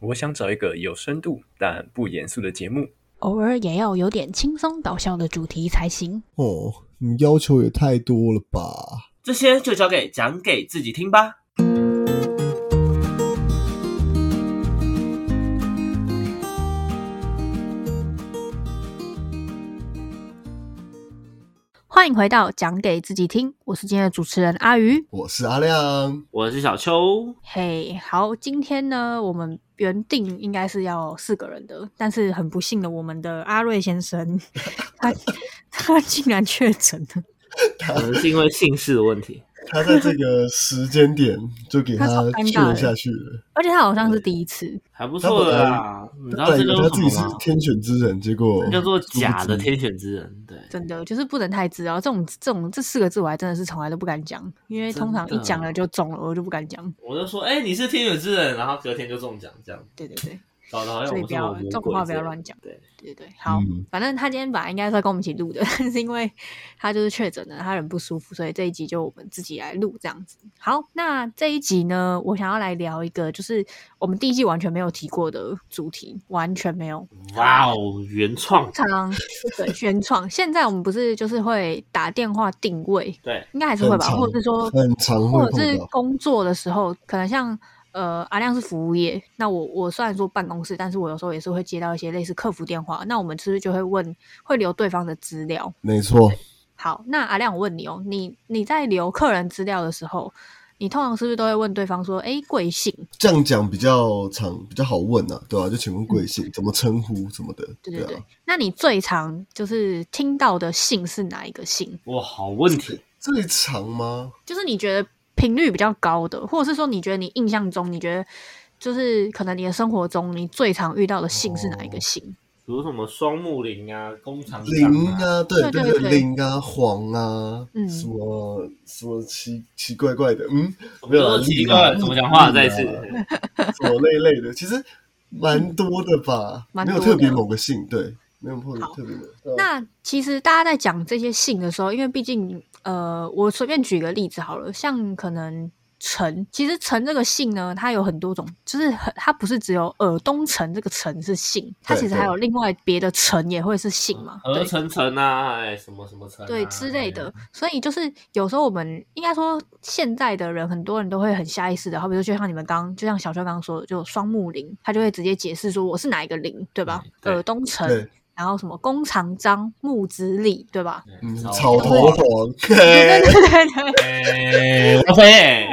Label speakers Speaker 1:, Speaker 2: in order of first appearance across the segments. Speaker 1: 我想找一个有深度但不严肃的节目。
Speaker 2: 偶尔也要有点轻松搞笑的主题才行。
Speaker 3: 哦，你们要求也太多了吧？
Speaker 4: 这些就交给讲给自己听吧。
Speaker 2: 欢迎回到讲给自己听，我是今天的主持人阿鱼。
Speaker 3: 我是阿亮，
Speaker 4: 我是小秋，
Speaker 2: 嘿、好，今天呢，我们原定应该是要四个人的，但是很不幸的，我们的阿瑞先 生他他竟然确诊了，
Speaker 4: 可能是因为姓氏的问 题。
Speaker 3: 他在这个时间点就给
Speaker 2: 他超
Speaker 3: 他
Speaker 2: 尴尬
Speaker 3: 劝
Speaker 2: 的
Speaker 3: 下去了。
Speaker 2: 而且他好像是第一次，
Speaker 4: 还不呃错的啦，你知
Speaker 3: 他
Speaker 4: 道
Speaker 3: 本
Speaker 4: 这
Speaker 3: 以为
Speaker 4: 叫
Speaker 3: 他
Speaker 4: 做
Speaker 3: 自
Speaker 4: 什
Speaker 3: 己是
Speaker 4: 么吗？
Speaker 3: 天选之人，结果
Speaker 4: 这叫做假
Speaker 3: 殊
Speaker 4: 的
Speaker 3: 不知
Speaker 4: 天选之人，对，
Speaker 2: 真的就是不能太自傲。这种这种这四个字，我还真的是从来都不敢讲，因为通常
Speaker 4: 真
Speaker 2: 一
Speaker 4: 的
Speaker 2: 讲了就中了，我就不敢讲。
Speaker 4: 我就说，哎、你是天选之人，然后隔天就中奖，这样
Speaker 2: 对对对，
Speaker 4: 搞得好像
Speaker 2: 所
Speaker 4: 我
Speaker 2: 以
Speaker 4: 们
Speaker 2: 不
Speaker 4: 是
Speaker 2: 要
Speaker 4: 我们
Speaker 2: 这种话不要乱讲
Speaker 4: 对，
Speaker 2: 对对对，好，
Speaker 3: 嗯
Speaker 2: 反正他今天本来应该是要跟我们一起录的， 但是因为他就是确诊了，他人不舒服，所以这一集就我们自己来录这样子。好，那这一集呢，我想要来聊一个，就是我们第一季完全没有提过的主题，完全没有。
Speaker 4: 哇哦，原创，
Speaker 2: 通常对原创，现在我们不是就是会打电话定位，
Speaker 4: 对，
Speaker 2: 应该还是会
Speaker 3: 很
Speaker 2: 吧，
Speaker 3: 常
Speaker 2: 或者是说
Speaker 3: 很常会
Speaker 2: 或者
Speaker 3: 碰
Speaker 2: 是
Speaker 3: 到。
Speaker 2: 工作的时候，可能像呃阿亮是服务业，那我我虽然说办公室，但是我有时候也是会接到一些类似客服电话，那我们是不是就会问，会留对方的资料？
Speaker 3: 没错，
Speaker 2: 好，那阿亮我问你哦，你你在留客人资料的时候，你通常是不是都会问对方说，哎，贵姓？
Speaker 3: 这样讲比较常比较好问啊，对吧、就请问贵姓，怎么称呼什么的，
Speaker 2: 嗯对对对，
Speaker 3: 啊。
Speaker 2: 那你最常就是听到的姓是哪一个姓？
Speaker 4: 哇，好问题，
Speaker 3: 最长吗？
Speaker 2: 就是你觉得频率比较高的，或者是说你觉得你印象中，你觉得就是可能你的生活中你最常遇到的姓是哪一个
Speaker 3: 哦
Speaker 2: 姓？
Speaker 4: 比如什么双木林啊、工厂长
Speaker 3: 零啊，对
Speaker 2: 对对
Speaker 3: 对，
Speaker 2: 对
Speaker 3: 零啊，黄啊，
Speaker 2: 嗯
Speaker 3: 什么什么奇奇怪怪的，嗯，
Speaker 4: 没有奇怪，啊怎么讲话？再一次，
Speaker 3: 什么那一类的，其实蛮多的吧，
Speaker 2: 嗯蛮
Speaker 3: 没有
Speaker 2: 多的
Speaker 3: 特别某个姓，对，没有特别
Speaker 2: 好
Speaker 3: 特别的。
Speaker 2: 那其实大家在讲这些姓的时候，因为毕竟呃，我随便举个例子好了，像可能陈，其实陈这个姓呢，它有很多种，就是很它不是只有尔东陈这个陈是姓，它
Speaker 3: 对
Speaker 2: 其实
Speaker 3: 对呃
Speaker 2: 还有另外别的陈也会是姓嘛，
Speaker 4: 何
Speaker 2: 对。
Speaker 4: 成成啊，哎，什么什么成啊，
Speaker 2: 对之类的，所以就是有时候我们应该说，现在的人很多人都会很下意识的，好比说就像你们刚，就像小秋刚刚说的，就双木林，他就会直接解释说我是哪一个林，对吧？
Speaker 4: 对
Speaker 2: 尔东城，
Speaker 3: 嗯对，
Speaker 2: 然后什么弓长张、木之力，对吧？
Speaker 4: 哎，
Speaker 3: 嗯，
Speaker 4: 草
Speaker 3: 草头
Speaker 4: 头，
Speaker 3: 黄，
Speaker 2: 对 对对对对
Speaker 4: 哎，王菲，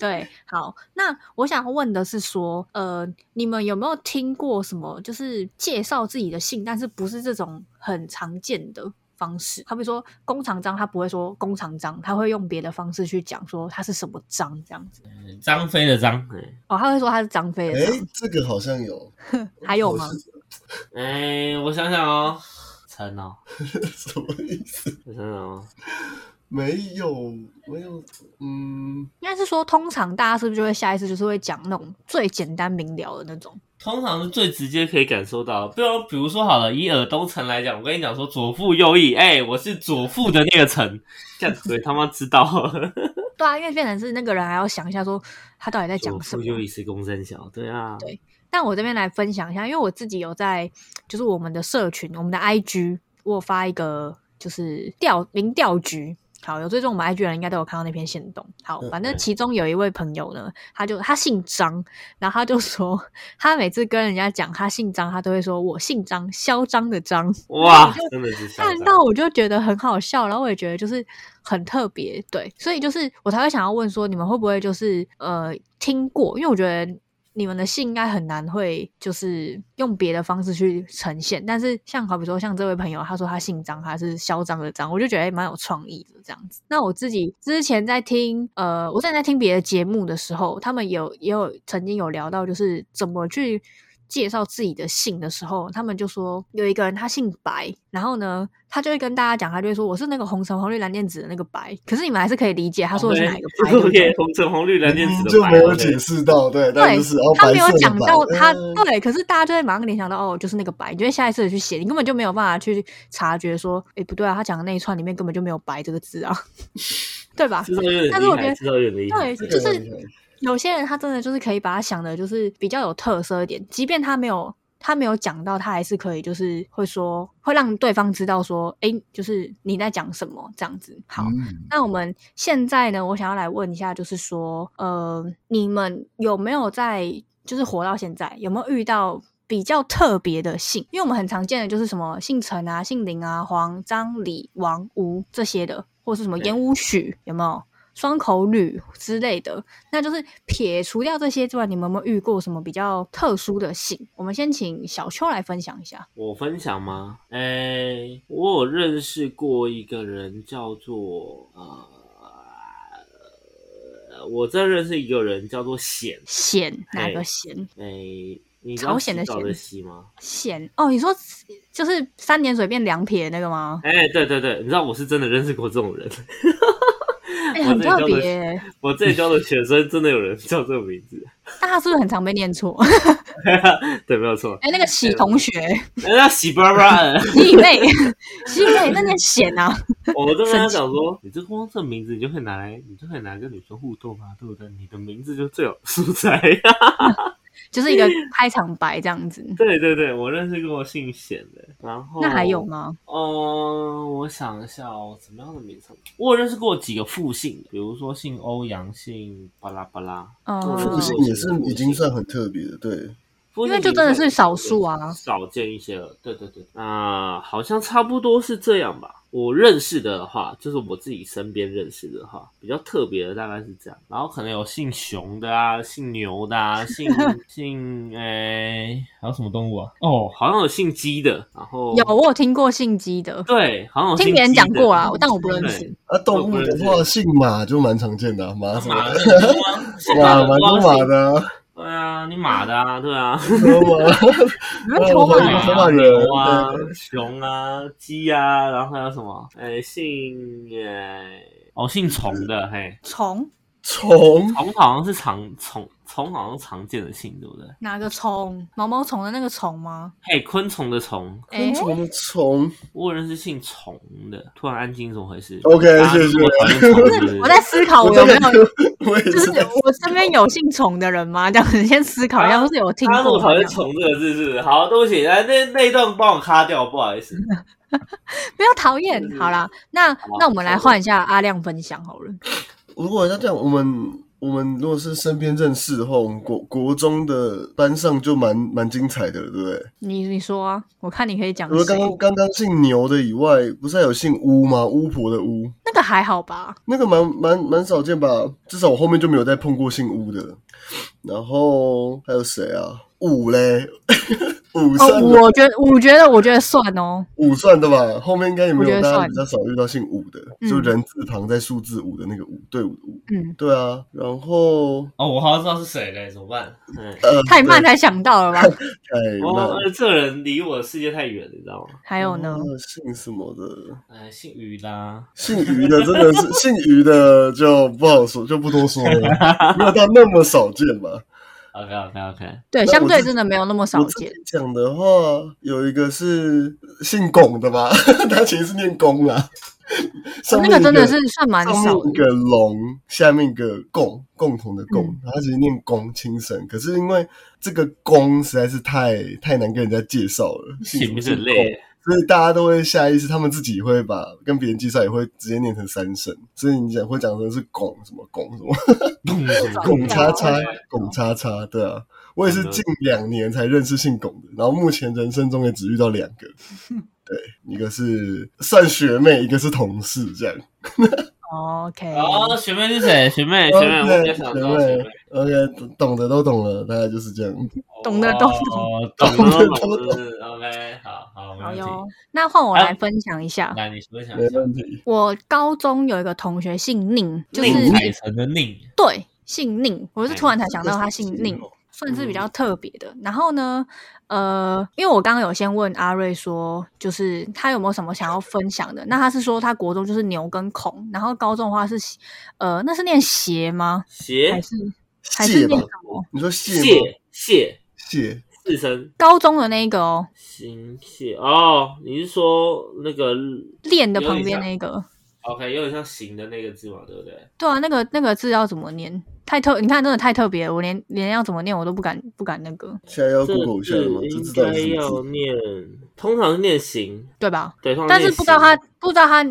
Speaker 2: 对，好。那我想问的是说，呃，你们有没有听过什么，就是介绍自己的姓，但是不是这种很常见的方式？好比说弓长张，他不会说弓长张，他会用别的方式去讲说他是什么张这样子。
Speaker 4: 张飞的张，哎
Speaker 2: 哦，他会说他是张飞的
Speaker 3: 哎
Speaker 2: 张，，
Speaker 3: 这个好像有，
Speaker 2: 还有吗
Speaker 3: 我？是
Speaker 4: 哎，我想想哦，陈哦，
Speaker 3: 什么意思？
Speaker 4: 我想想哦，
Speaker 3: 没有，没有，嗯，
Speaker 2: 应该是说，通常大家是不是就会下意识就是会讲那种最简单明了的那种？
Speaker 4: 通常是最直接可以感受到，比如比如说好了，以尔东城来讲，我跟你讲说左腹右翼，哎、我是左腹的那个城，这样鬼他妈知道，
Speaker 2: 对啊，因为变成是那个人还要想一下说他到底在
Speaker 4: 左
Speaker 2: 讲什
Speaker 4: 腹
Speaker 2: 么。
Speaker 4: 右翼是公三小，对啊，
Speaker 2: 对但我这边来分享一下，因为我自己有在，就是我们的社群，我们的 IG，我有发一个就是调民调局。好，有追踪我们 IG 的人应该都有看到那篇线动。好，反正
Speaker 4: 嗯
Speaker 2: 其中有一位朋友呢，他就他姓张，然后他就说，他每次跟人家讲他姓张，他都会说我姓张，嚣张的张。
Speaker 4: 哇，真的是嚣
Speaker 2: 看
Speaker 4: 张，
Speaker 2: 到我就觉得很好笑，然后我也觉得就是很特别，对，所以就是我才会想要问说，你们会不会就是呃听过？因为我觉得你们的信应该很难会就是用别的方式去呈现，但是像好比说像这位朋友，他说他姓张，他是嚣张的张，我就觉得诶蛮有创意的这样子。那我自己之前在听呃，我之前在听别的节目的时候，他们有也有曾经有聊到，就是怎么去介绍自己的姓的时候，他们就说有一个人他姓白，然后呢，他就会跟大家讲，他就会说我是那个红橙黄绿蓝靛紫的那个白，可是你们还是可以理解他说的是哪一个哦白，对不
Speaker 4: o
Speaker 2: 对
Speaker 4: k 红橙黄绿蓝靛
Speaker 3: 明明
Speaker 4: 紫
Speaker 3: 就
Speaker 4: 的白
Speaker 3: 没有
Speaker 4: OK
Speaker 3: 解释到，对，但就是
Speaker 2: 对
Speaker 3: 哦，
Speaker 2: 他
Speaker 3: 白
Speaker 2: 没有
Speaker 3: 色的
Speaker 2: 讲
Speaker 3: 白
Speaker 2: 到他
Speaker 3: 嗯
Speaker 2: 对，可是大家就会马上联想到哦，就是那个白，你就会下意识的去写，你根本就没有办法去察觉说，哎，不对啊，他讲的那一串里面根本就没有“白”这个字啊，对吧？
Speaker 4: 知道有点
Speaker 2: 但是我
Speaker 4: 厉
Speaker 2: 觉
Speaker 4: 害，
Speaker 2: 得
Speaker 4: 知道有点厉害，
Speaker 2: 对，
Speaker 3: 这
Speaker 2: 就
Speaker 3: 个
Speaker 2: 是
Speaker 3: 很
Speaker 2: 有些人他真的就是可以把他想的，就是比较有特色一点，即便他没有他没有讲到，他还是可以就是会说，会让对方知道说，哎、就是你在讲什么这样子。好，
Speaker 3: 嗯
Speaker 2: 那我们现在呢，我想要来问一下，就是说，呃，你们有没有在就是活到现在，有没有遇到比较特别的姓？因为我们很常见的就是什么姓陈啊、姓林啊、黄、张、李、王、吴这些的，或是什么
Speaker 4: 对
Speaker 2: 言吴许，有没有？双口吕之类的，那就是撇除掉这些之外，你们有没有遇过什么比较特殊的姓？我们先请小秋来分享一下。
Speaker 4: 我分享吗？哎、我有认识过一个人，叫做呃，我这认识一个人叫做显，
Speaker 2: 显哪
Speaker 4: 嘿
Speaker 2: 个显？
Speaker 4: 哎、你知道
Speaker 2: 朝鲜的
Speaker 4: 洗澡
Speaker 2: 显
Speaker 4: 的洗吗？
Speaker 2: 显哦，你说就是三点水变两撇那个吗？
Speaker 4: 哎、对对对，你知道我是真的认识过这种人。
Speaker 2: 哎、
Speaker 4: 我
Speaker 2: 很
Speaker 4: 自己叫
Speaker 2: 特
Speaker 4: 的
Speaker 2: 别
Speaker 4: 是
Speaker 2: 欸，
Speaker 4: 我这里教的学生真的有人叫这个名字，
Speaker 2: 但他是不是很常被念错？
Speaker 4: 对，没有错。
Speaker 2: 哎、那个喜同学、
Speaker 4: 哎那喜巴巴，
Speaker 2: 喜妹、喜妹，那念显啊，
Speaker 4: 我都跟他讲说，你这光这名字你就可以拿来，你就可以拿来跟女生互动啊，对不对？你的名字就最有素材、啊。
Speaker 2: 就是一个开场白这样子。
Speaker 4: 对对对，我认识过姓显的，然后
Speaker 2: 那还有？吗？
Speaker 4: 嗯，我想一下哦，什么样的名称？我有认识过几个复姓，比如说姓欧阳、姓巴拉巴拉，
Speaker 2: 嗯，
Speaker 4: 复
Speaker 3: 复姓也是已经算很特别的，对，
Speaker 4: 因
Speaker 2: 因为就真的是少数啊
Speaker 4: 少见一些了。对对对，那好像差不多是这样吧。我认识的话，就是我自己身边认识的话，比较特别的大概是这样。然后可能有姓熊 的啊，姓牛的啊，姓姓诶、还有什么动物啊？哦，好像有姓鸡的，然后
Speaker 2: 有我有听过姓姬的，
Speaker 4: 对，好像有姓
Speaker 2: 听别人
Speaker 4: 鸡
Speaker 2: 讲
Speaker 4: 哦的
Speaker 2: 过啦，啊但我不认。识
Speaker 4: 对。
Speaker 3: 啊，动物的话，姓马就蛮常见的啊，马什么
Speaker 4: 马
Speaker 3: 的
Speaker 4: 的姓
Speaker 3: 马
Speaker 4: 马
Speaker 3: 蛮多马
Speaker 4: 姓
Speaker 3: 的啊，
Speaker 4: 对啊，你马的啊，对啊，
Speaker 3: 多马，啊
Speaker 2: 你们头
Speaker 3: 我
Speaker 2: 发
Speaker 3: 对
Speaker 4: 啊
Speaker 3: 头发
Speaker 4: 牛啊
Speaker 3: 人、
Speaker 4: 熊啊、鸡啊，然后还有什么？呃，姓呃，哦，姓虫的，嘿，
Speaker 2: 虫
Speaker 3: 虫
Speaker 4: 虫好像是常虫，虫好像是常见的姓，对不对？
Speaker 2: 哪个虫？毛毛虫的那个虫吗？
Speaker 4: 嘿，昆虫的虫，
Speaker 2: 哎、
Speaker 3: 昆虫的虫，
Speaker 4: 我有认识姓虫的。突然安静，怎么回事
Speaker 3: OK，
Speaker 4: 大家
Speaker 3: 谢谢
Speaker 4: 这么讨厌虫是不 是
Speaker 2: 我在思考哎哦我
Speaker 3: 在
Speaker 2: 有没有
Speaker 3: 想。我也
Speaker 2: 就是是
Speaker 3: 在
Speaker 2: 我身边有姓虫的人吗？这样子先思考一下，
Speaker 4: 啊
Speaker 2: 或是有听啊
Speaker 4: 大家那
Speaker 2: 过
Speaker 4: 么
Speaker 2: 吗
Speaker 4: 讨
Speaker 2: 这
Speaker 4: 厌
Speaker 2: 样？
Speaker 4: 虫这个字是不是？好，对不起，来那那一段帮我卡掉，不好意思。
Speaker 2: 不要讨厌，好啦，那
Speaker 4: 好
Speaker 2: 那我们来
Speaker 4: 好的
Speaker 2: 换一下阿亮分享好了。
Speaker 3: 如果要这样，我们我们如果是身边认识的话，我们国国中的班上就蛮蛮精彩的了，对不对？
Speaker 2: 你你说啊，我看你可以讲
Speaker 3: 除了刚
Speaker 2: 谁
Speaker 3: 刚刚刚姓牛的以外，不是还有姓巫吗？巫婆的巫，
Speaker 2: 那个还好吧？
Speaker 3: 那个蛮蛮蛮少见吧，至少我后面就没有再碰过姓巫的。然后还有谁啊？武嘞， 武
Speaker 2: 哦，
Speaker 3: 算的、
Speaker 2: 我觉得我觉得我觉得算哦，
Speaker 3: 武算的吧？后面应该也没
Speaker 2: 我觉
Speaker 3: 有，
Speaker 2: 得
Speaker 3: 大家
Speaker 2: 算
Speaker 3: 比较少遇到姓武的，
Speaker 2: 嗯
Speaker 3: 就人字旁在数字五的那个五，队伍的五。
Speaker 2: 嗯，
Speaker 3: 对啊，然后
Speaker 4: 哦，我好像知道是谁嘞，怎么办？嗯，
Speaker 3: 呃，
Speaker 2: 太慢才想到了吧？
Speaker 3: 对，太慢
Speaker 4: 哦，呃这个人离我的世界太远，了，你知道吗？
Speaker 2: 还有呢，
Speaker 3: 哦姓什么的？
Speaker 4: 哎，姓于啦，
Speaker 3: 姓余的真的是 姓余的就不好说，就不多说了，没有到那么少见吧。
Speaker 4: OK OK OK，
Speaker 2: 对，
Speaker 3: 那
Speaker 2: 相
Speaker 3: 我
Speaker 2: 对
Speaker 3: 自
Speaker 2: 真的没有那么少
Speaker 3: 我自己
Speaker 2: 见。
Speaker 3: 讲的话，有一个是姓龚的吧， 他其实是念龚啦。上
Speaker 2: 哦那
Speaker 3: 面
Speaker 2: 个真的
Speaker 3: 一
Speaker 2: 是算蛮
Speaker 3: 上
Speaker 2: 少
Speaker 3: 面一
Speaker 2: 的，
Speaker 3: 个龙，下面一个共，共同的共
Speaker 2: 嗯，
Speaker 3: 他其实念龚亲生，可是因为这个龚实在是太太难跟人家介绍了，
Speaker 2: 嗯
Speaker 4: 起名
Speaker 3: 姓
Speaker 4: 字很
Speaker 3: 龚
Speaker 4: 累。
Speaker 3: 所以大家都会下意识，他们自己会把跟别人介绍也会直接念成三声，所以你讲会讲成是拱什么拱什么拱叉叉拱叉叉，对啊，我也是近两年才认识姓拱的，然后目前人生中也只遇到 两个，对，一个是算学妹，一个是同事，这样。
Speaker 2: OK，
Speaker 4: 哦，学妹是谁？学妹，学妹，我比较想知道学妹。
Speaker 3: OK，懂懂的都懂了，大概就是这样。
Speaker 4: 嗯
Speaker 2: 懂得都
Speaker 4: 懂，懂得都懂，是 OK，好好，
Speaker 2: 好
Speaker 4: 没问
Speaker 2: 哟
Speaker 4: 题。，
Speaker 2: 那换我
Speaker 4: 哎
Speaker 2: 来分享一下。
Speaker 4: 来，你分享
Speaker 3: 没
Speaker 4: 一下。
Speaker 3: 问题，
Speaker 2: 我高中有一个同学姓宁，就是
Speaker 4: 宁采臣的宁，
Speaker 2: 对，姓宁，我是突然才想到他姓
Speaker 3: 哎
Speaker 2: 宁
Speaker 3: 这个，
Speaker 2: 算是比
Speaker 4: 嗯
Speaker 2: 较特别的。然后呢，呃，因为我刚刚有先问阿瑞说，就是他有没有什么想要分享的？那他是说他国中就是牛跟孔，然后高中的话是，呃，那是念斜吗？还
Speaker 4: 斜
Speaker 2: 是还是
Speaker 3: 谢
Speaker 2: 念
Speaker 3: 吧
Speaker 2: 什？么？
Speaker 3: 你说谢吗
Speaker 4: 谢谢
Speaker 3: 谢
Speaker 4: 四声
Speaker 2: 高中的那一个哦，
Speaker 4: 心谢哦，你是说那个
Speaker 2: 练的
Speaker 4: 有
Speaker 2: 旁边
Speaker 4: 点像
Speaker 2: 那个，
Speaker 4: OK 有点像行的那个字嘛，对不对？
Speaker 2: 对啊，那个那个字要怎么念？太特，你看真的太特别了，我连连要怎么念我都不敢不敢那个，
Speaker 3: 现在要
Speaker 4: 这
Speaker 3: Google 一下
Speaker 4: 字
Speaker 3: 了吗？就
Speaker 4: 应
Speaker 3: 知道
Speaker 4: 该
Speaker 3: 是什
Speaker 4: 要
Speaker 3: 么字。
Speaker 4: 念，通常是念行，
Speaker 2: 对吧？
Speaker 4: 对，通常
Speaker 2: 但是
Speaker 4: 念
Speaker 2: 不知道
Speaker 4: 行
Speaker 2: 他不知道他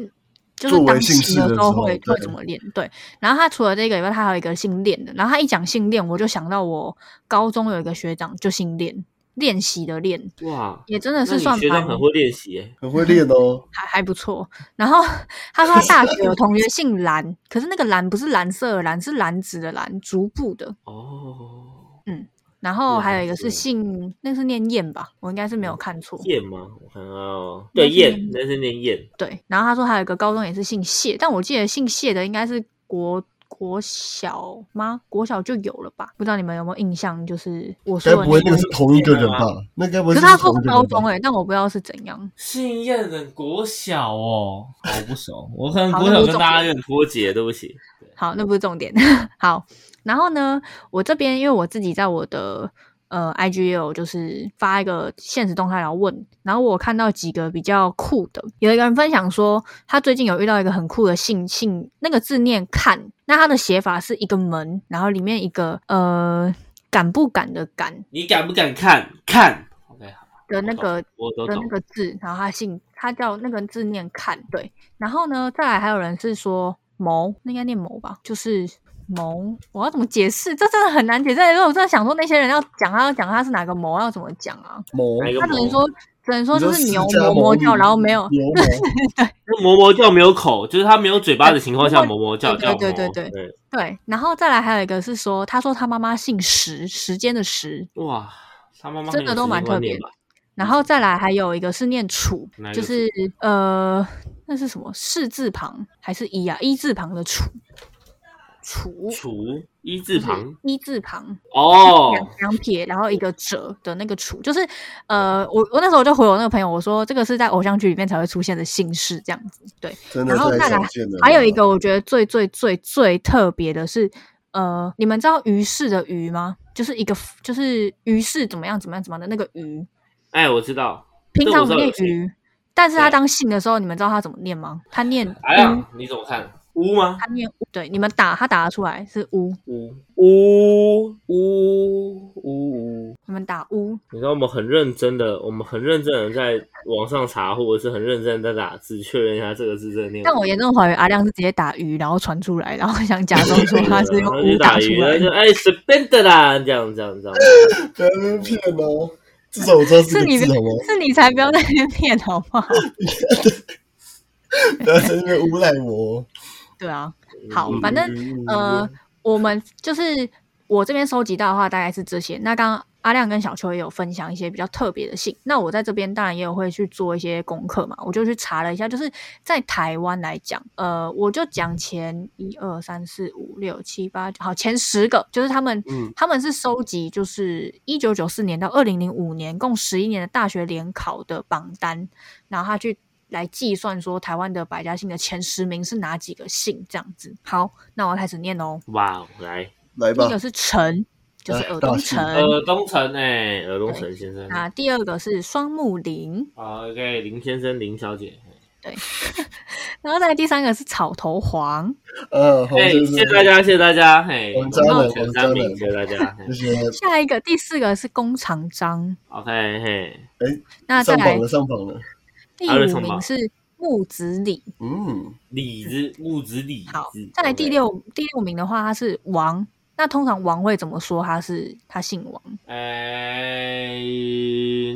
Speaker 2: 就
Speaker 3: 作
Speaker 2: 是
Speaker 3: 为
Speaker 2: 当
Speaker 3: 姓氏
Speaker 2: 时的
Speaker 3: 的
Speaker 2: 时候
Speaker 3: 时候
Speaker 2: 会
Speaker 3: 对
Speaker 2: 会怎么练。对，然后他除了这个以外，他还有一个姓练的。然后他一讲姓练，我就想到我高中有一个学长就姓练，练习的练，
Speaker 4: 哇，
Speaker 2: 也真的
Speaker 4: 那
Speaker 2: 是
Speaker 4: 你
Speaker 2: 算
Speaker 4: 学
Speaker 2: 蛮
Speaker 4: 长很会练习耶，
Speaker 3: 很会练哦，
Speaker 2: 还还不错。然后他说他大学有同学姓蓝，可是那个蓝不是蓝色的蓝，是蓝子的蓝，竹部的。
Speaker 4: 哦，
Speaker 2: 然后还有一个
Speaker 4: 蓝
Speaker 2: 是
Speaker 4: 子
Speaker 2: 姓，那是念燕吧？我应该是没有看错。
Speaker 4: 燕吗？我看到，
Speaker 2: 那
Speaker 4: 对
Speaker 2: 是
Speaker 4: 燕
Speaker 2: 念，
Speaker 4: 那是念燕，
Speaker 2: 对，然后他说还有一个高中也是姓谢，但我记得姓谢的应该是国国小吗？国小就有了吧？不知道你们有没有印象？就是我
Speaker 3: 该
Speaker 2: 说的
Speaker 3: 不会那
Speaker 2: 个
Speaker 3: 个是同一个人
Speaker 4: 是
Speaker 3: 吧？那该不会
Speaker 2: 可是
Speaker 3: 是
Speaker 2: 他说
Speaker 3: 同一
Speaker 2: 是
Speaker 3: 个
Speaker 2: 高
Speaker 3: 人
Speaker 2: 中
Speaker 3: 吧？
Speaker 2: 哎、但我不知道是怎样。
Speaker 4: 信燕人国小哦，好不熟，我可能
Speaker 2: 好
Speaker 4: 国
Speaker 2: 那
Speaker 4: 小
Speaker 2: 不
Speaker 4: 跟
Speaker 2: 重
Speaker 4: 大家
Speaker 2: 点
Speaker 4: 有点脱节，对不起。
Speaker 2: 好，那不是重点。 好，然后呢，我这边因为我自己在我的呃 IG 也有就是发一个现实动态，然后问，然后我看到几个比较酷的，有一个人分享说，他最近有遇到一个很酷的姓姓，那个字念看，那他的写法是一个门，然后里面一个呃敢不敢的敢
Speaker 4: 你敢不敢看？看，OK，好，
Speaker 2: 的那个
Speaker 4: 我都
Speaker 2: 的
Speaker 4: 懂
Speaker 2: 那。个字，然后他姓他叫那个字念看对，然后呢，再来还有人是说谋，那应该念谋吧，就是谋，我要怎么解释？这真的很难解释。因为我真的想说，那些人要讲他要讲他是哪个谋，要怎么讲啊？
Speaker 3: 某
Speaker 4: 哪一个
Speaker 2: 他只能
Speaker 4: 魔
Speaker 2: 说只能说
Speaker 3: 你
Speaker 2: 就
Speaker 3: 说
Speaker 2: 是
Speaker 3: 释
Speaker 2: 牛
Speaker 3: 迦
Speaker 2: 磨
Speaker 3: 牟
Speaker 2: 磨
Speaker 3: 尼嗯
Speaker 2: 叫，然后没有
Speaker 3: 牛魔，
Speaker 4: 那哞哞叫没有口，就是它没有嘴巴的情况下，
Speaker 2: 对
Speaker 4: 哞哞叫
Speaker 2: 哎对
Speaker 4: 叫
Speaker 2: 对
Speaker 4: 哞
Speaker 2: 对
Speaker 4: 哞
Speaker 2: 对
Speaker 4: 对，
Speaker 2: 对，然后再来还有一个是说，他说他妈妈姓时，时间的时，
Speaker 4: 哇，他妈妈
Speaker 2: 真
Speaker 4: 很
Speaker 2: 的
Speaker 4: 有
Speaker 2: 都
Speaker 4: 时间
Speaker 2: 蛮
Speaker 4: 观
Speaker 2: 特
Speaker 4: 念
Speaker 2: 别
Speaker 4: 吧
Speaker 2: 然后再来还有一个是念楚
Speaker 4: 哪，一个
Speaker 2: 就是呃，那是什么？士字旁还是一啊？一字旁的楚，楚
Speaker 4: 楚一字
Speaker 2: 就是
Speaker 4: 旁
Speaker 2: 一字旁
Speaker 4: 哦，
Speaker 2: 两两撇，然后一个折的那个楚，就是呃，我我那时候就回我那个朋友，我说这个是在偶像剧里面才会出现的姓氏这样子。对，
Speaker 3: 真的
Speaker 2: 然后
Speaker 3: 太
Speaker 2: 再来
Speaker 3: 少见了。
Speaker 2: 还有
Speaker 4: 哦
Speaker 2: 一个我觉得最最最最特别的是，呃，你们知道于氏的于吗？就是一个就是于氏怎么样怎么样怎么样的那个于，
Speaker 4: 哎，我知道，
Speaker 2: 平常我们
Speaker 4: 这个
Speaker 2: 念
Speaker 4: 我知道有
Speaker 2: 鱼，但是他
Speaker 4: 对
Speaker 2: 当姓的时候，你们知道他怎么念吗？他念乌，
Speaker 4: 哎呀，你怎么看？乌吗？
Speaker 2: 他念乌，对，你们打他打得出来是乌，
Speaker 4: 乌乌乌乌乌。
Speaker 2: 你们打乌，
Speaker 4: 你知道我们很认真的，我们很认真的在网上查，或者是很认真的在打字，确认一下这个字真的念。
Speaker 2: 但我严重怀疑阿亮是直接打鱼，然后传出来，然后想假装说 他是用
Speaker 4: 啊然后就
Speaker 2: 乌打
Speaker 4: 打
Speaker 2: 出
Speaker 4: 鱼，
Speaker 2: 来
Speaker 4: 然后就
Speaker 2: 的，
Speaker 4: 哎随便的啦，这样这样这样。
Speaker 3: 不要在那边骗哦，至少我知道是
Speaker 2: 是
Speaker 3: 个
Speaker 2: 你
Speaker 3: 字好吗？
Speaker 2: 是你才不要在那边骗好不好？
Speaker 3: 不要在那边诬赖我。嗯
Speaker 2: 对 啊，好，反正呃，我们就是我这边收集到的话，大概是这些。那刚刚阿亮跟小秋也有分享一些比较特别的信，那我在这边当然也有会去做一些功课嘛，我就去查了一下，就是在台湾来讲，呃，我就讲前一二三四五六七八九，好，前十个就是他们，
Speaker 4: 嗯
Speaker 2: 他们是收集就是一九九四年到二零零五年共十一年的大学联考的榜单，然后他去。来计算说台湾的百家姓的前十名是哪几个姓这样子。好，那我要开始念喽。
Speaker 4: 哇，来，
Speaker 3: 来
Speaker 2: 第一
Speaker 3: 吧
Speaker 2: 个，是陈，就是
Speaker 3: 哎
Speaker 2: 尔
Speaker 3: 大
Speaker 2: 东
Speaker 3: 姓
Speaker 2: 城；
Speaker 4: 尔呃东城哎，尔东城先生。
Speaker 2: 那第二个是双木林，
Speaker 4: 好，OK，林先生，林小姐。
Speaker 2: 然后再来第三个是草头黄，
Speaker 3: 嗯，好，
Speaker 4: 哎，
Speaker 3: 就
Speaker 4: 谢
Speaker 3: 是
Speaker 4: 谢大家，谢谢大家，嘿，
Speaker 3: 王渣男
Speaker 4: 我们前三名，
Speaker 3: 王
Speaker 4: 谢
Speaker 3: 渣
Speaker 4: 谢大
Speaker 3: 男
Speaker 4: 家。嘿
Speaker 3: 那些
Speaker 2: 下一个第四个是弓长张，
Speaker 4: OK，嘿，
Speaker 2: 那再
Speaker 3: 上
Speaker 2: 来
Speaker 3: 榜了，上榜了。
Speaker 2: 第
Speaker 4: 还有什
Speaker 2: 五
Speaker 4: 么
Speaker 2: 名是木子李，
Speaker 3: 嗯，
Speaker 4: 李子木子李
Speaker 2: 好
Speaker 4: 子，，
Speaker 2: 再来
Speaker 4: OK
Speaker 2: 第。六第六名的话，他是王。那通常王会怎么说？他是他姓王，
Speaker 4: 哎，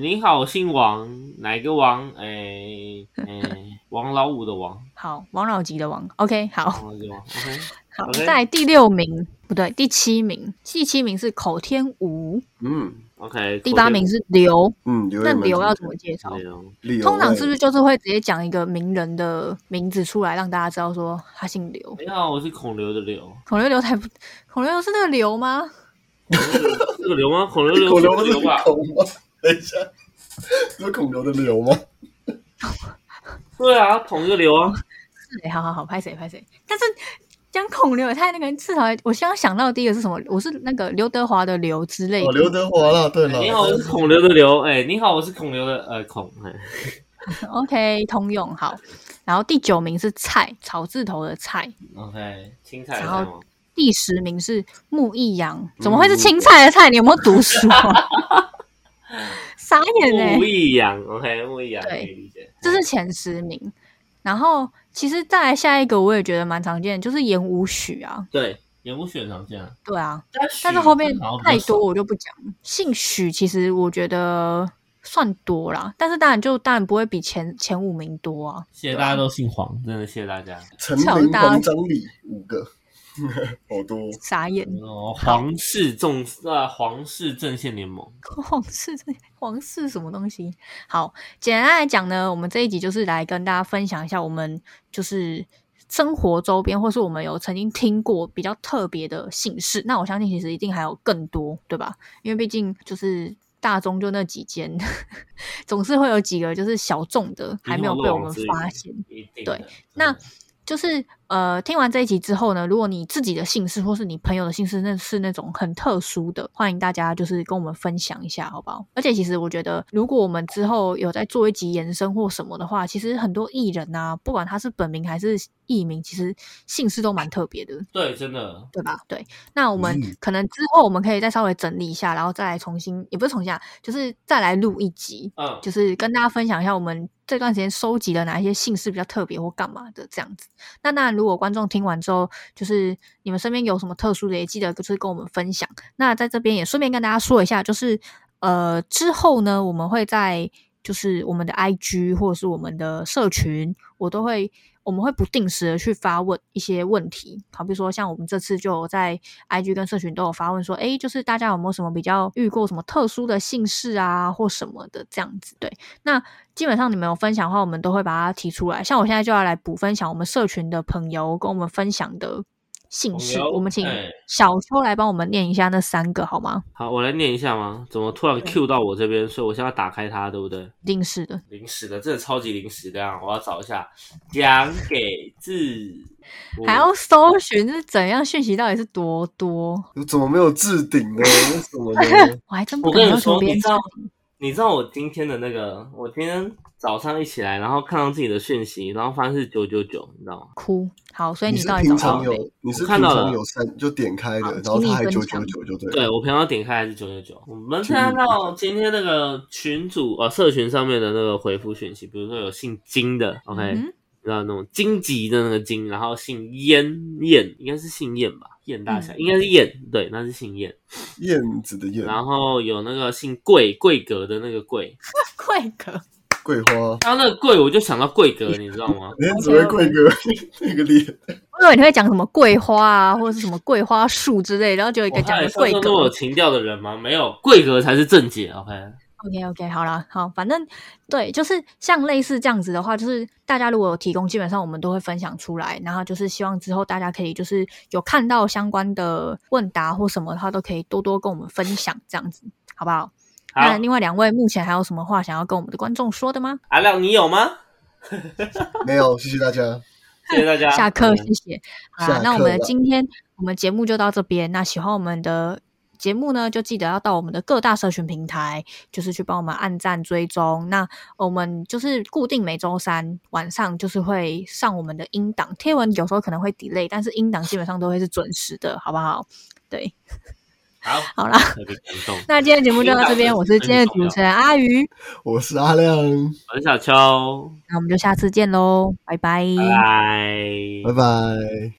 Speaker 4: 您好，我姓王，哪个王？哎 哎，王老五的王，
Speaker 2: 好，王老吉的王。OK，好，
Speaker 4: 王老五的王。OK，
Speaker 2: 好。
Speaker 4: OK
Speaker 2: 再来第六名不对，第七名，第七名是口天吴，
Speaker 3: 嗯
Speaker 4: OK，
Speaker 2: 第八名是刘。
Speaker 3: 嗯，刘
Speaker 2: 那
Speaker 3: 也蛮
Speaker 2: 刘要
Speaker 3: 特
Speaker 2: 怎么介绍
Speaker 4: 口？天吴。
Speaker 3: 别的，
Speaker 2: 通常是不
Speaker 3: 是？
Speaker 2: 是就是会直接讲一个名人的名字出来，让大家知道说他姓刘？
Speaker 4: 你哎好，我是孔刘的刘，
Speaker 2: 孔刘刘才不，孔刘刘是那个刘吗？
Speaker 4: 这个刘吗？ 孔刘刘
Speaker 3: 孔
Speaker 4: 是
Speaker 3: 刘
Speaker 4: 这
Speaker 3: 不
Speaker 4: 个
Speaker 3: 是
Speaker 4: 刘吧？
Speaker 3: 孔吗？ 等一下，是孔刘的刘吗？
Speaker 4: 对啊，同一个 刘啊。
Speaker 2: 是欸好好好，拍谁拍谁。但是讲孔刘也太那个，至少我刚刚想到的第一个是什么？我是那个刘德华的刘之类
Speaker 3: 哦，
Speaker 2: 的。
Speaker 3: 刘德华啦，对啦。
Speaker 4: 你好，我是孔刘的刘。哎，你好，我是孔刘的呃孔。哎
Speaker 2: OK，通用好。然后第九名是蔡，草字头的蔡。
Speaker 4: OK，青菜
Speaker 2: 然
Speaker 4: 有
Speaker 2: 后
Speaker 4: 菜吗
Speaker 2: 第十名是木易阳，怎么会
Speaker 4: 嗯
Speaker 2: 是青菜的菜？你有没有读书、 啊？傻眼哎、
Speaker 4: 木易阳，OK，木易阳可
Speaker 2: 对
Speaker 4: 以理解。哎
Speaker 2: 这是前十名。然后其实再来下一个，我也觉得蛮常见的，就是言无许啊，
Speaker 4: 对盐湖选常见啊，
Speaker 2: 对啊，
Speaker 4: 但
Speaker 2: 但
Speaker 4: 是
Speaker 2: 是后面太多我就不讲。姓许其实我觉得算多啦，但是当然就当然不会比前前五名多啊。
Speaker 4: 谢谢大家都姓黄，真的谢谢大家。
Speaker 3: 陈林、黄章礼五个， 好多。
Speaker 2: 傻眼，
Speaker 4: 哦，皇室众啊，皇室阵线联盟，
Speaker 2: 皇室这皇室什么东西？好，简单来讲呢，我们这一集就是来跟大家分享一下我们就是生活周边，或是我们有曾经听过比较特别的姓氏。那我相信其实一定还有更多，对吧？因为毕竟就是。大中就那几间， 总是会有几个就是小众的，还没有被我们发现。
Speaker 4: 一定的
Speaker 2: 对那就是呃，听完这一集之后呢，如果你自己的姓氏或是你朋友的姓氏那是那种很特殊的，欢迎大家就是跟我们分享一下，好不好？而且其实我觉得，如果我们之后有在做一集延伸或什么的话，其实很多艺人啊，不管他是本名还是艺名，其实姓氏都蛮特别的。
Speaker 4: 对，真的
Speaker 2: 对吧？对，那我们
Speaker 3: 嗯
Speaker 2: 可能之后我们可以再稍微整理一下，然后再来重新，也不是重新啊，就是再来录一集，
Speaker 4: 嗯，
Speaker 2: 就是跟大家分享一下我们这段时间收集了哪一些姓氏比较特别或干嘛的这样子。那那如果观众听完之后，就是你们身边有什么特殊的，也记得就是跟我们分享。那在这边也顺便跟大家说一下，就是呃之后呢，我们会在就是我们的 IG 或者是我们的社群，我都会我们会不定时的去发问一些问题，好比说像我们这次就有在 IG 跟社群都有发问说，诶，就是大家有没有什么比较遇过什么特殊的姓氏啊或什么的这样子？对，那基本上你们有分享的话，我们都会把它提出来。像我现在就要来补分享我们社群的朋友跟我们分享的姓氏
Speaker 4: 朋友，
Speaker 2: 我们请
Speaker 4: 哎
Speaker 2: 小秋来帮我们念一下那三个好吗？
Speaker 4: 好，我来念一下吗？怎么突然
Speaker 2: 对
Speaker 4: Q 到我这边？所以我现在要打开它，对不对？
Speaker 2: 一定是的。
Speaker 4: 临时的，真的超级临时的啊！我要找一下，讲给自，我
Speaker 2: 还要搜寻是怎样讯息到底是多多？
Speaker 3: 怎么没有置顶呢？为什么呢？
Speaker 2: 我还真不
Speaker 4: 我
Speaker 2: 敢
Speaker 4: 跟你
Speaker 2: 要求
Speaker 4: 说，
Speaker 2: 别
Speaker 4: 你
Speaker 2: 人
Speaker 4: 知道，你知道我今天的那个，我今天早上一起来，然后看到自己的讯息，然后发现是九九九，你知道吗？
Speaker 2: 哭。好， 所以
Speaker 3: 你
Speaker 2: 你
Speaker 3: 是
Speaker 2: 到底
Speaker 3: 平
Speaker 2: 找到
Speaker 3: 常
Speaker 2: 了没？
Speaker 3: 有，你是
Speaker 4: 我看
Speaker 3: 平
Speaker 4: 到了
Speaker 3: 常有删就点开
Speaker 2: 好
Speaker 3: 的，然后他还
Speaker 2: 请你
Speaker 3: 九
Speaker 2: 分享
Speaker 3: 九九就对
Speaker 4: 对
Speaker 3: 了。
Speaker 4: 我平常点开还是九九九。我们看到今天那个群主呃社群上面的那个回复讯息，比如说有姓金的，OK，、
Speaker 2: 嗯
Speaker 4: 然后那种荆棘的那个荆，然后姓燕燕，应该是姓燕吧，燕大侠、
Speaker 2: 嗯
Speaker 4: 应该是燕，对，那是姓燕。
Speaker 3: 燕子的燕，
Speaker 4: 然后有那个姓桂桂格的那个桂，
Speaker 2: 贵哥，
Speaker 3: 桂花，
Speaker 4: 然后那个桂我就想到 桂格，你知道吗？
Speaker 3: 连只会桂哥 那个脸，
Speaker 2: 我以为你会讲什么桂花啊，或者是什么桂花树之类，然后就有一
Speaker 4: 我
Speaker 2: 个讲
Speaker 4: 看
Speaker 2: 的
Speaker 4: 上
Speaker 2: 贵
Speaker 4: 升
Speaker 2: 哥
Speaker 4: 都。有情调的人吗？没有，桂格才是正解，OK。
Speaker 2: OK OK，好啦，好，反正对，就是像类似这样子的话，就是大家如果有提供，基本上我们都会分享出来，然后就是希望之后大家可以就是有看到相关的问答或什么的话，都可以多多跟我们分享，这样子好不好？
Speaker 4: 好
Speaker 2: 那，另外两位目前还有什么话想要跟我们的观众说的吗？
Speaker 4: 阿亮你有吗？
Speaker 3: 没有，谢谢大家。
Speaker 4: 谢谢大 家，
Speaker 2: 下课，
Speaker 4: 嗯
Speaker 2: 谢谢。好
Speaker 3: 下
Speaker 2: 啦，那我
Speaker 3: 课
Speaker 2: 们
Speaker 3: 了
Speaker 2: 今天我们节目就到这边。那喜欢我们的节目呢，就记得要到我们的各大社群平台，就是去帮我们按赞追踪。那我们就是固定每周三晚上就是会上我们的音档贴文，有时候可能会 delay，但是音档基本上都会是准时的，好不好？对，
Speaker 4: 好，
Speaker 2: 好啦，
Speaker 4: 特别感动。
Speaker 2: 那今天节目就到这边，我是今天的主持人阿鱼，
Speaker 3: 我是阿亮，
Speaker 4: 我是小秋，
Speaker 2: 那我们就下次见喽，拜拜
Speaker 4: 拜
Speaker 3: 拜
Speaker 4: 拜
Speaker 3: 拜。